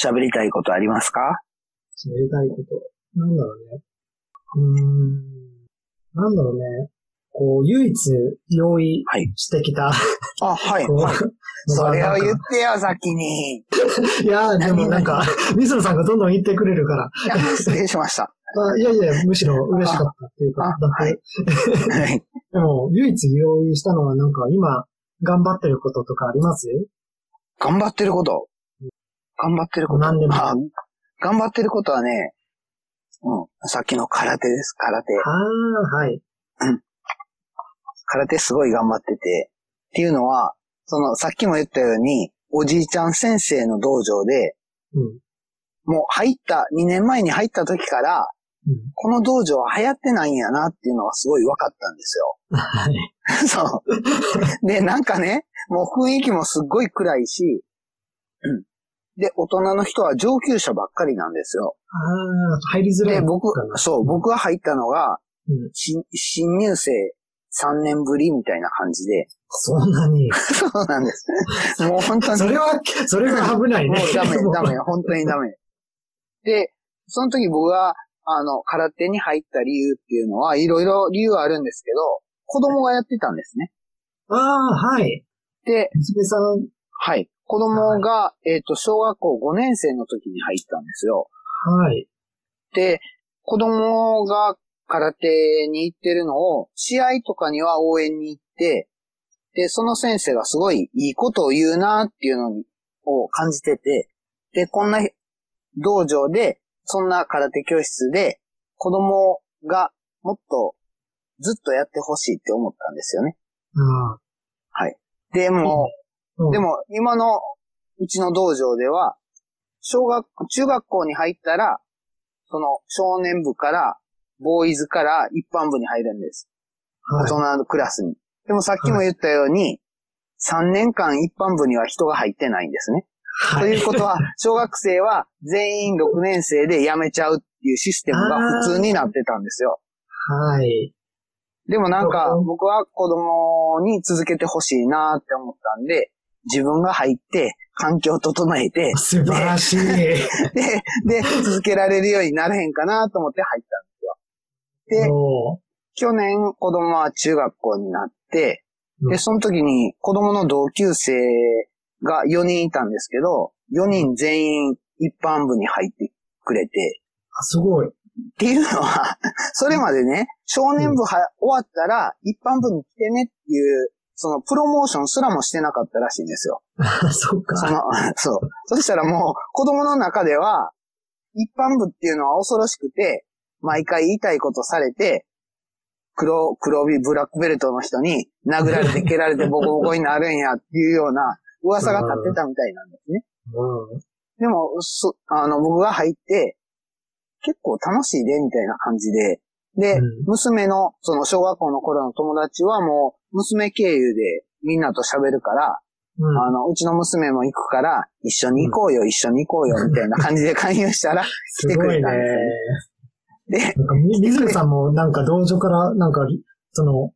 喋りたいことありますか喋りたいこと。なんだろうね。うーん。なんだろうね。こう、唯一用意はいしてきた、あ、はいこう それを言なんっかてよ、先に。いや、でもなんか、水野さんがどんどん言ってくれるから、いや失礼しました。まあ、いやいや、むしろ嬉しかったっていうあか、だって、はいはい。でも、唯一用意したのはなんか今、頑張ってることとかあります頑張ってること。頑張ってること。何でもあ頑張ってることはね、うん、さっきの空手です、空手。ああ、はい。空手すごい頑張ってて。っていうのは、その、さっきも言ったように、おじいちゃん先生の道場で、うん。もう入った、2年前に入った時から、うん。この道場は流行ってないんやなっていうのはすごい分かったんですはい。よ。 そう。で、なんかね、もう雰囲気もすっごい暗いし、うん。で、大人の人は上級者ばっかりなんですよ。ああ、入りづらいで、の僕か、な。そう、僕が入ったのが、うん。新新入生3年ぶりみたいな感じで。 そんなに。そうなん です。もう本当にそれは、それは危ないもね。うダメ も、うダメ、本当にダメ。で、その時僕が、あの、空手に入った理由っていうのは、いろいろ理由はあるんですけど、子供がやってたんですね。ああ、はい。で、娘さん、ははい。子供が、えっ、と、小学校5年生の時に入ったんですよ。い。で、子供が空手に行ってるのを、試合とかには応援に行って、で、その先生がすごいいいことを言うなっていうのに、を感じてて、で、こんな道場で、そんな空手教室で、子供がもっとずっとやってほしいって思ったんですよね。あでも、あ。うんで、も、今のうちの道場では、小学、中学校に入ったら、その少年部から、ボーイズから一般部に入るんです。大はい。人のクラスに。でもさっきも言ったように、3年間一般部には人が入ってないんですね。はということ は、小学生は全員6年生で辞めちゃうっていうシステムが普通になってたんですよ。はい。でもなんかう、ん僕は子供に続けてほしいなって思ったんで、自分が入って、環境を整えて、素晴 らしい。で、で、続けられるようになれへんかなと思って入った。でも去年、子供は中学校になって、で、その時に子供の同級生が4人いたんですけど、4人全員一般部に入ってくれて、うあすごい。っていうのは、 それまでね、少年部は終わったら一般部に来てねっていう、そのプロモーションすらもしてなかったらしいんですよ。あそそっか。の、 そう。そしたらもう、子供の中では、一般部っていうのは恐ろしくて、毎回言いたいことされて、黒、黒帯ブラックベルトの人に殴られて蹴られてボコボコになるんやっていうような噂が立ってたみたいなんですね。うん。でも、そ、あの、僕が入って、結構楽しいで、みたいな感じで。で、うん娘の、その小学校の頃の友達はもう、娘経由でみんなと喋るから、うん。あの、うちの娘も行くから、一緒に行こうよ、一緒に行こうよ、みたいな感じで勧誘 したら、す来てくごいれねたん。で、なんか、み水野さんもなんか道場から、なんか、その、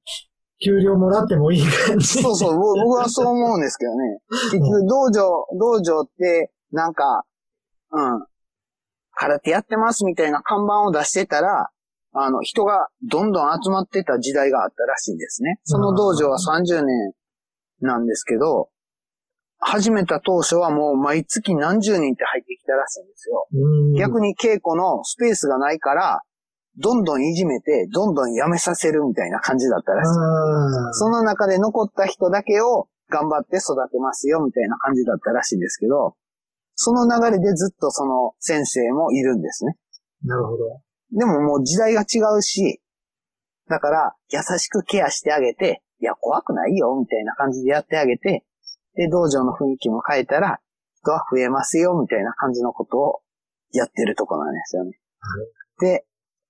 給料もらってもいい感じ。そうそう、ぼ僕はそう思うんですけどね。結局、道場、道場って、なんか、うん、空手やってますみたいな看板を出してたら、あの、人がどんどん集まってた時代があったらしいんですね。その道場は30年なんですけど、始めた当初はもう毎月何十人って入ってきたらしいんですよ。 うん。逆に稽古のスペースがないから、どんどんいじめて、どんどんやめさせるみたいな感じだったらしい。ああ。その中で残った人だけを頑張って育てますよみたいな感じだったらしいんですけど、その流れでずっとその先生もいるんですね。なるほど。でももう時代が違うし、だから優しくケアしてあげて、いや怖くないよみたいな感じでやってあげて、で道場の雰囲気も変えたら人は増えますよみたいな感じのことをやってるとこなんですよね。で、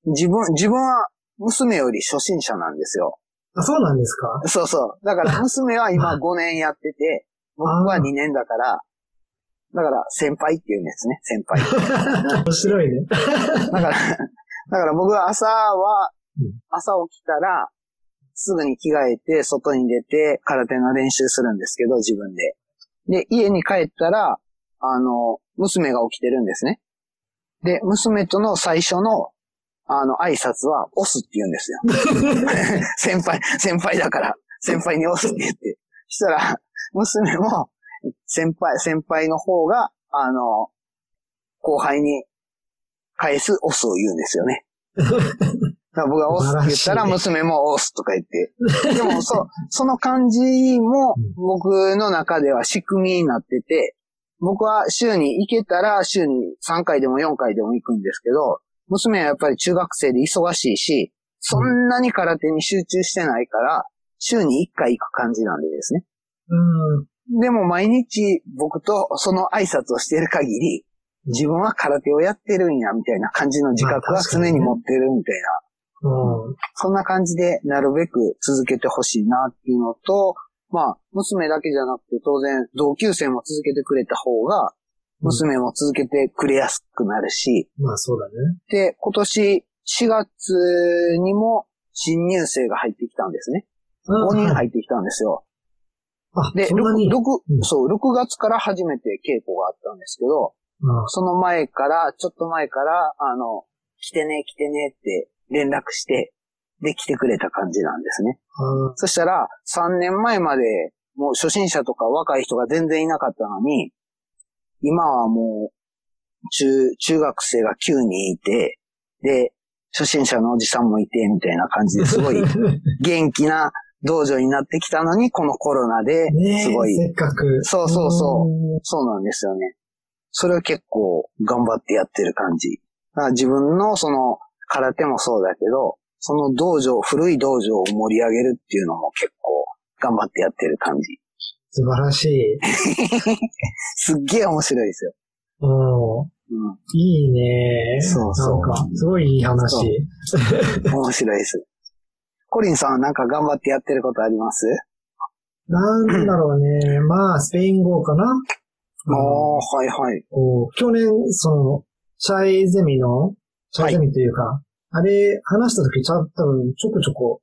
自分、自分は娘より初心者なんですよ。あ、そうなんですかそうそう。だから娘は今5年やってて、僕は2年だから、だから先輩って言うんですね、先輩。面白いね。だから、だから僕は朝はうん、朝起きたら、すぐに着替えて、外に出て、空手の練習するんですけど、自分で。で、家に帰ったら、あの、娘が起きてるんですね。で、娘との最初の、あの、挨拶は、オスって言うんですよ。 先輩、先輩だから、先輩にオスって言って。したら、 娘も、先輩、先輩の方が、あの、後輩に返すオスを言うんですよね。だから僕がオスって言ったら、娘もオスとか言って。でも、そう、その感じもうん僕の中では仕組みになってて、僕は週に行けたら週に3回でも4回でも行くんですけど、娘はやっぱり中学生で忙しいし、そんなに空手に集中してないから、週に1回行く感じなんでですね。うん。でも毎日僕とその挨拶をしている限り、自分は空手をやってるんや、みたいな感じの自覚は常に持ってるみたいな。うん。そんな感じで、なるべく続けてほしいなっていうのと、まあ、娘だけじゃなくて、当然、同級生も続けてくれた方が、娘も続けてくれやすくなるし、まあそうだね。で、今年4月にも新入生が入ってきたんですね。5人い。入ってきたんですよ。あ、で、そんなに。六うん六そう、6月から初めて稽古があったんですけど、あその前から、ちょっと前から、あの、来てね、来てねって連絡して、で、来てくれた感じなんですね。あそしたら、3年前まで、もう初心者とか若い人が全然いなかったのに、今はもう、中、中学生が9人いて、で、初心者のおじさんもいて、みたいな感じです ごい元気な道場になってきたのに、このコロナで ねえ、、すごい、せっかく。そうそうそううん。そうなんですよね。それは結構頑張ってやってる感じ。だから自分のその空手もそうだけど、その道場、古い道場を盛り上げるっていうのも結構頑張ってやってる感じ。素晴らしい。すっげえ面白いですよ。うん。ういいねそうそうなんか、すごいいい話。そうん。面白いです。コリンさんはなんか頑張ってやってることありますなんだろ うね。まあ、スペイン語かな。ああ、はいはい。こう、去年、その、シャイゼミの、シャイゼミというか、あれ、話した時、ちゃ、多分、ちょこちょこ、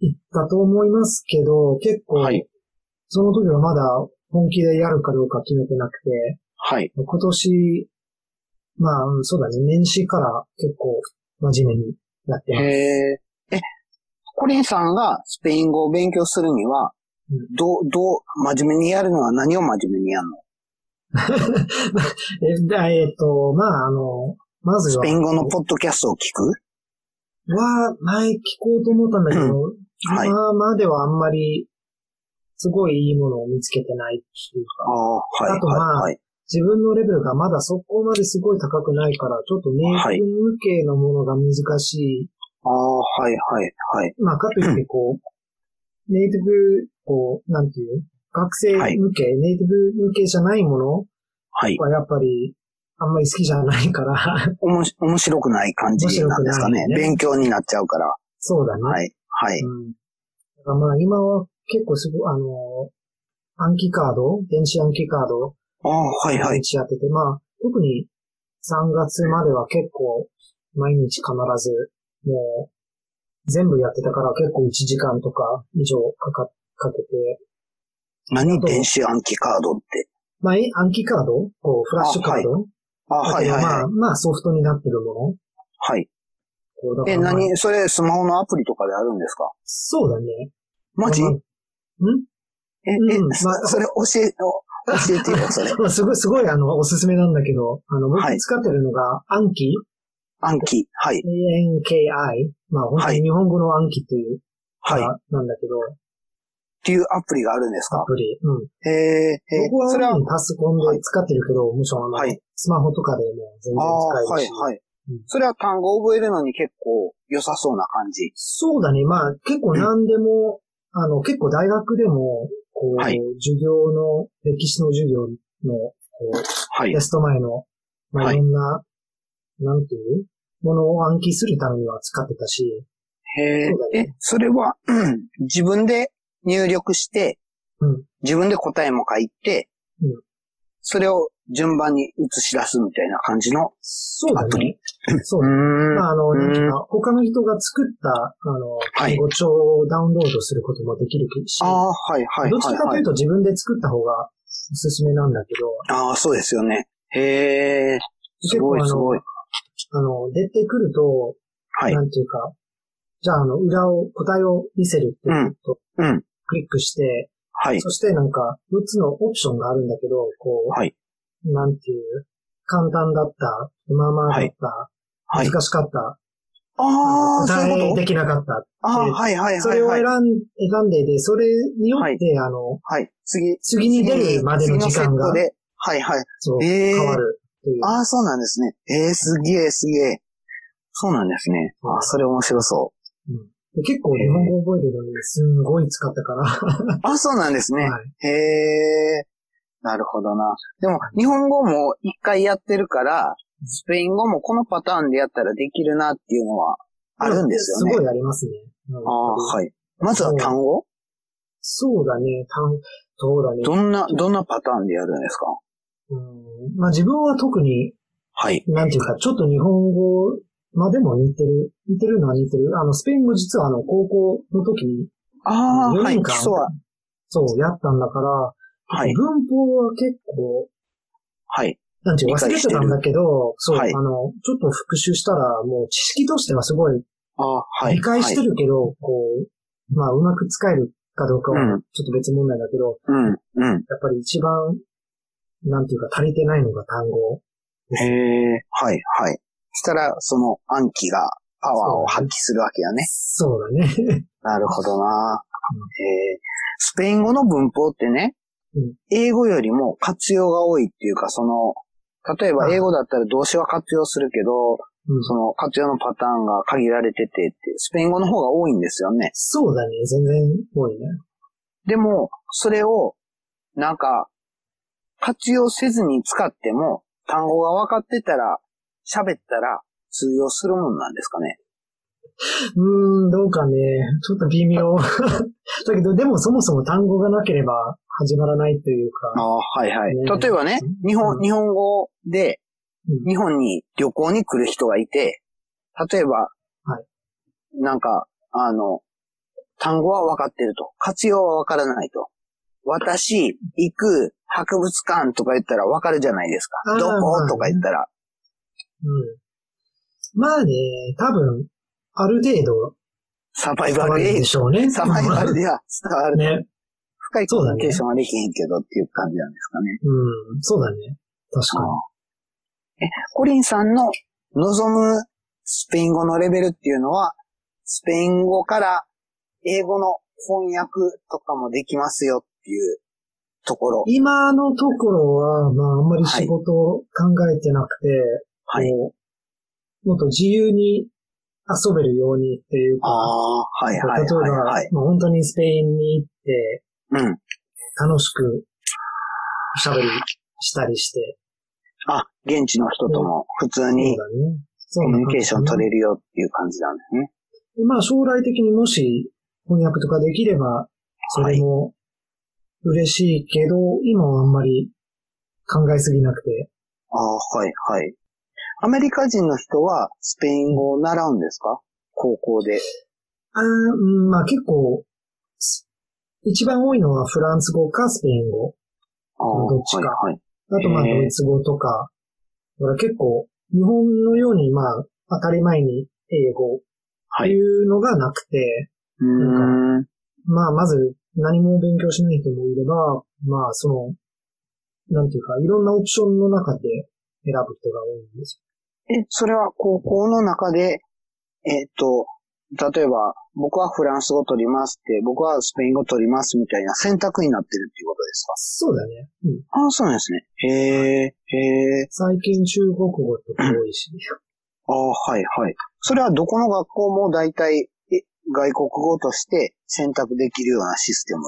行ったと思いますけど、結構、はいその時はまだ、本気でやるかどうか決めてなくて、はい。今年、まあ、うんそうだね、年始から結構、真面目にやってへます。え。え、コリンさんがスペイン語を勉強するにはうん、どう、どう、真面目にやるのは何を真面目にやるのえでえっと、まあ、あの、まずスはペイ、ン語のポッドキャストを聞くは、前聞こうと思ったんだけど、はい。あ今まではあんまり、すごいいいものを見つけてないっていうか、あ、はい、あとまあはい、はい。自分のレベルがまだそこまですごい高くないから、ちょっとネイティブ向けのものが難しい。ああ、はい、はい、はい。まあ、かといってこう、ネイティブ、こう、なんていう、学生向け、ネイティブ向けじゃないもはいの。はやっぱり、あんまり好きじゃないから、 おもし、面白くない感じなんですかね面白くない。ね勉強になっちゃうから。そうだね。はい、はい。うん。だからまあ、今は結構すごい、あの、暗記カード、電子暗記カードああ、はい、は毎い。日やってて、まあ、特に3月までは結構、毎日必ず、もう、全部やってたから結構1時間とか以上かか、かけて、何と電子暗記カードって。まあ、え暗記カードこう、フラッシュカードああ、だはけい、どはい、まはあ、い。まあ、ソフトになってるものはい。こうだかえ、らまあ何それ、スマホのアプリとかであるんですかそうだね。マジまえあ、ん、えうん、そまあ。それ教え、お教えてよ、それ まあ、すごい、すごい、あの、おすすめなんだけど、あの、僕はい使ってるのが、暗記、暗記。はい、 ANKI。まあ、本当はにい日本語の暗記という、はい。っなんだけど、ていうアプリがあるんですアかプリ。うん。へえ、え、僕はそれは主に、パソコンで使ってるけど、もちろんあの、はいスマホとかでも全あ然あ、使はえるい、し。はいうん。それは単語を覚えるのに結構良さそうな感じ。そうだね。まあ、結構何でも、あの、結構大学でも、こう、はい授業の、歴史の授業の、こはう、いテ。スト前の、まあ、はいいろんな、なんていうものを暗記するためには使ってたし、へえそうだ、ねえ、それは、うん自分で入力して、うん自分で答えも書いて、うんそれを順番に映し出すみたいな感じの。そうだアプね。そううーだね。ん。まあ、あの、うんなんていうか、他の人が作った、あの、い単語帳をダウンロードすることもできるし、ああ、はい、はい、どっちはい、かと。はいいうと自分で作った方がおすすめなんだけど、ああ、そうですよね。へえ、すごい結す構ごあい。の、あの、出てくると、はいな。んていうか、じゃあ、あの、裏を、答えを見せるっていうと、うん。クリックして、はい。そしてなんか、6つのオプションがあるんだけど、こう、はい。なんていう、簡単だった、まあまあだった、はい。難しかった、ああ、そう答いうえことできなかった。ああー、はいはいはいはい。それを選ん選んでで、それによって、あの、はい。次。次に出るまでの時間次のセットが、で。はいはい。そう、えー変わるという。ああ、そうなんですね。ええ、すげえ、すげえ。そうなんですね。ああ、それ面白そうんで結構日本語覚えるのにすんごい使ったから。う。ああ、そうなんですね。はい。へえ、なるほどな。でも、日本語も一回やってるから、スペイン語もこのパターンでやったらできるなっていうのはあるんですよね。すごいありますね。うんああ、はい。まずは単語そうだね、単、そうだね。どんな、どんなパターンでやるんですかうんまあ自分は特に、はい。なんていうか、ちょっと日本語、まあでも似てる、似てるのは似てる。あの、スペイン語実はあの、高校の時に、ああ、 4はい。年基間、礎は、そう、やったんだから、はい。文法は結構、はい。なんていう、理忘解れしててるたんだけど、そう、はいあの、ちょっと復習したら、もう知識としてはすごいああ、はい。理解してる。るけど、こう、まあ、うまく使えるかどうかうはん、ちょっと別問題だけど、うん、うん。やっぱり一番、なんていうか、足りてないのが単語。へえ、はい、はい。したら、その暗記がパワーを発揮するわけやね。そうだね。なるほどな、うえースペイン語の文法ってね、うん英語よりも活用が多いっていうか、その、例えばはい英語だったら動詞は活用するけど、うんその活用のパターンが限られててって、スペイン語の方が多いんですよね。そうだね、全然多いね。でも、それを、なんか、活用せずに使っても、単語が分かってたら、喋ったら通用するもんなんですかね。うーん、どうかね。ちょっと微妙。 だけど、でもそもそも単語がなければ始まらないというあか。あ、はいはい。ね例えばね、日本、うん日本語で、うん日本に旅行に来る人がいて、例えば、はいなんか、あの、単語は分かってると。活用は分からないと。私、行く、博物館とか言ったら分かるじゃないですあか。ーどまあこねとか言ったら。うん。まあね、多分、ある程度、サバイ伝バわルるんでで、しょうね。サバイバルでは伝わる。ね。深いコミュニケーションはできへんけどっていう感じなんですかね。うん、そうだね。確かに。え、コリンさんの望むスペイン語のレベルっていうのは、スペイン語から英語の翻訳とかもできますよっていうところ。今のところは、まあ、あんまり仕事を考えてなくて、はい。こうもっと自由に遊べるようにっていうあか、あ、はいこうはい例えば、はいはい。まあ、本当にスペインに行って、うん。楽しく喋りしたりして、あ、現地の人とも普通そうにだね。そコうミュニケーション取れれるよっていう感じなんですね。る。まあ、将来的にもし翻訳とかできれば、それも嬉しいけど、今はあんまり考えすぎなくて、ああ、はいはい。アメリカ人の人はスペイン語を習うんですか高校で。あーうん、まあ結構、す一番多いのはフランス語かスペイン語。ああ、どっちかはいはい。あとまあへードイツ語とか。だから結構、日本のようにまあ当たり前に英語っはてい。いうのがなくて、うーん。まあまず何も勉強しない人もいれば、まあその、なんていうか、いろんなオプションの中で選ぶ人が多いんですえ、それは高校の中で、えっと、例えば、僕はフランス語取りますって、僕はスペイン語取りますみたいな選択になってるっていうことですよ。そうだね。うん。かああ、そうなんですね。へえ、へえ、最近中国語とか多いし。ああ、はい、はい。それはどこの学校も大体、え外国語として選択できるようなシステム。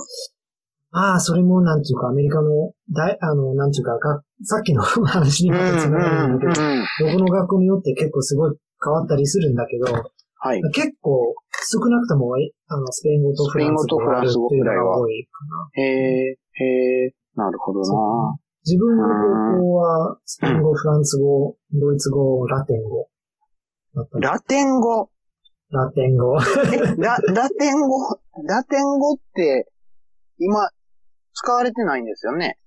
ああ、それもなんていうか、アメリカの、大、あの、なんていうか、がさっきの 話にまた繋がるんだけど、ん。どこの学校によって結構すごい変わったりするんだけど、はい。結構少なくとも、えあの、スペイン語とフランス語があるっていうのが多いかな。へえ、へえ、なるほどな。自分の高校は、スペイン語、フランス語、ドイツ語、ラテン語だった。ラテン語。ラテン語。 えラ、ラテン語、ラテン語って、今、使われてないんですよね。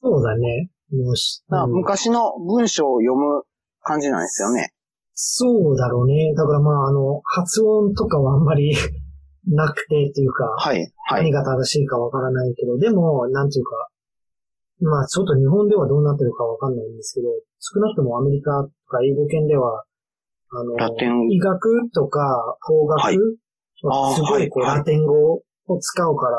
そうだね。もうしなうん昔の文章を読む感じなんですよね。そうだろうね。だからまあ、あの、発音とかはあんまり なくてっていうか、はい、はい何。が正しいかわからないけど、でも、なんていうか、まあちょっと日本ではどうなってるかわかんないんですけど、少なくともアメリカとか英語圏では、あラテの、ン医学とか法学、はいあーすごいこう、はいラテン語を使うから、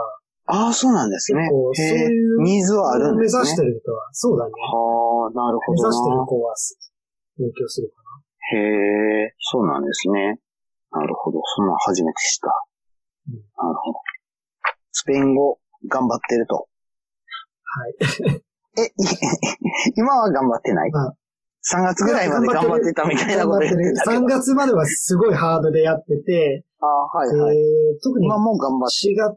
ああ、そうなんですね結構。そうへえいう、ニーズはあるん目で指すね。してる人は、そうだね。はあ、なるほ目ど指してるな。子は勉強するかへえ、そうなんですね。なるほど。そんなん初めて知った。うんなるほど。スペイン語、頑張ってると。ら。はい。え、い今は頑張ってないまあ ?3 月ぐらいまで頑張ってたみたいな頑こと言張っっててる。たけ3ど。月まではすごいハードでやってて、ああ、はいはい。えー特に今4も頑張って、月、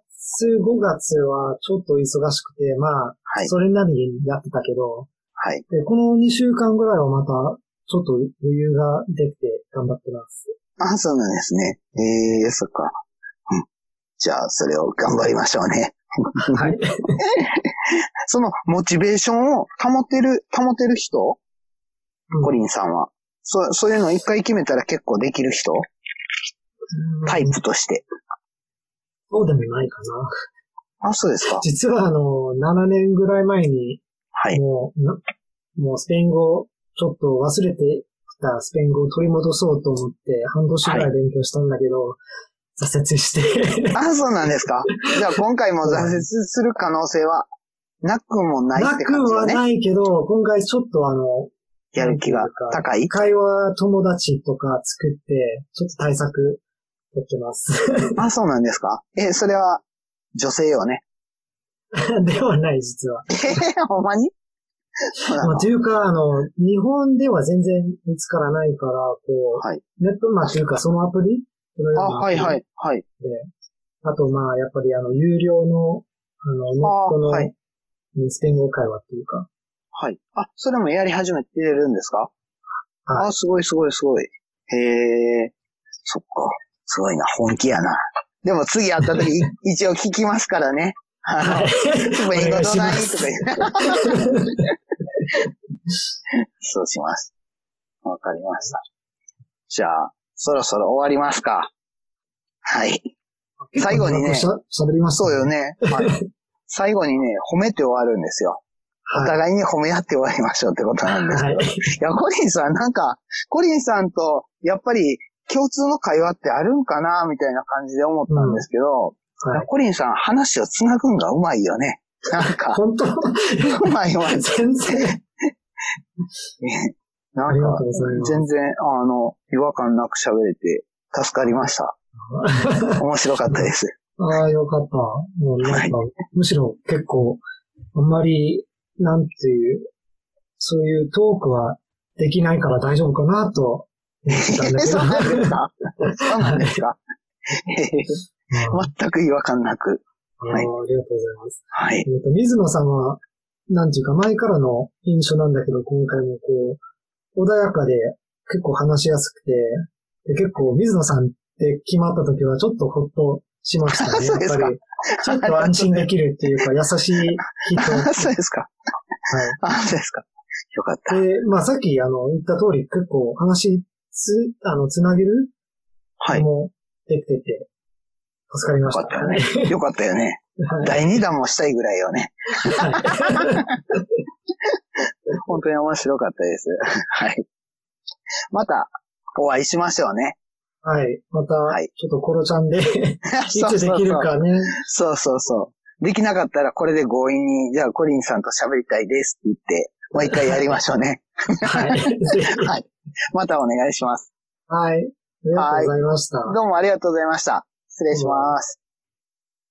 5月はちょっと忙しくて、まあ、はいそれなりにやってたけど、はい。でこの2週間ぐらいはまた、ちょっと余裕ができて頑張ってます。あそうなんですね。ええそっか。うん。じゃあ、それを頑張りましょうね。 はい。その、モチベーションを保てる、保てる人コリンさんは。そう、そういうの一回決めたら結構できる人うんタイプとして。そうでもないかな。あ、そうですか。実はあの、7年ぐらい前に、はい。もう、なもうスペイン語、ちょっと忘れてたスペイン語を取り戻そうと思って、半年ぐらい勉強したんだけど、挫折して、あ、そうなんですか。じゃあ今回も挫折する可能性は、なくもないっなてく感じはよね。 ないけど、今回ちょっとあの、やる気が高い。会話友達とか作って、ちょっと対策取ってます。 あ、そうなんですか。え、それは、女性よね。ではない、実は。えー、ほんまにそうなまあ、のというか、あの、日本では全然見つからないから、こう、はいネット、まあ、というか、そのアプリこのようあ、なアプはリいはい、はい。あと、まあ、やっぱり、あの、有料の、あの、ネットの、あはいスペイン語会話っていうか、 はい。あ、それもやり始めてるんですかはいあ、すごいすごいすごい。へえ、そっか。すごいな、本気やな。でも次会った時、 い一応聞きますからね。あの、スペイン語どないとか言う。 そうします。わかりました。じゃあ、そろそろ終わりますか。はい。最後 にねしゃ喋りましたそうよ。ね。 あの最後にね、褒めて終わるんですよ。おはい。互いに褒め合って終わりましょうってことなんですけど。はいいや、コリンさん、なんか、コリンさんと、やっぱり、共通の会話ってあるんかなみたいな感じで思ったんですけど、はい。コリンさん、話を繋ぐんがうまいよね。なん か、本当うまいうまい。全然。なありんがかとうござい、ます全然、あの、違和感なく喋れて、助かりました。 面白かったです。ああ、よかった。もうなんか、むしろ結構、あんまり、なんていう、そういうトークはできないから大丈夫かなと思ってたえんだけど そうなんですかそうなんですかまあ全く違和感なく。あはいのありがとうございます。 はい。えっと、水野さんは、なんていうか前からの印象なんだけど、今回もこう、穏やかで結構話しやすくて、で結構水野さんって決まった時はちょっとほっとしました ね。そうですかやっぱり、ちょっと安心できるっていうか、優しい 人。はい。そうですか。あ、そうですか。よかった。で、まあさっきあの言った通り結構話つ、あの、つなげるはい。のよもできてて、助かりました。よかったよね よかったよね。はい第2弾もしたいぐらいよね。 はい本当に面白かったです。はい。また、お会いしましょうね。はい。またい、ちょっとコロちゃん で、いそうつできるかね。 そうそうそうそうそう。できなかったら、これで強引に、じゃあ、コリンさんと喋りたいですって言って、もう一回やりましょうね。はい。ぜひはい。またお願いします。はい。ありがとうございました。どうもありがとうございました。失礼します。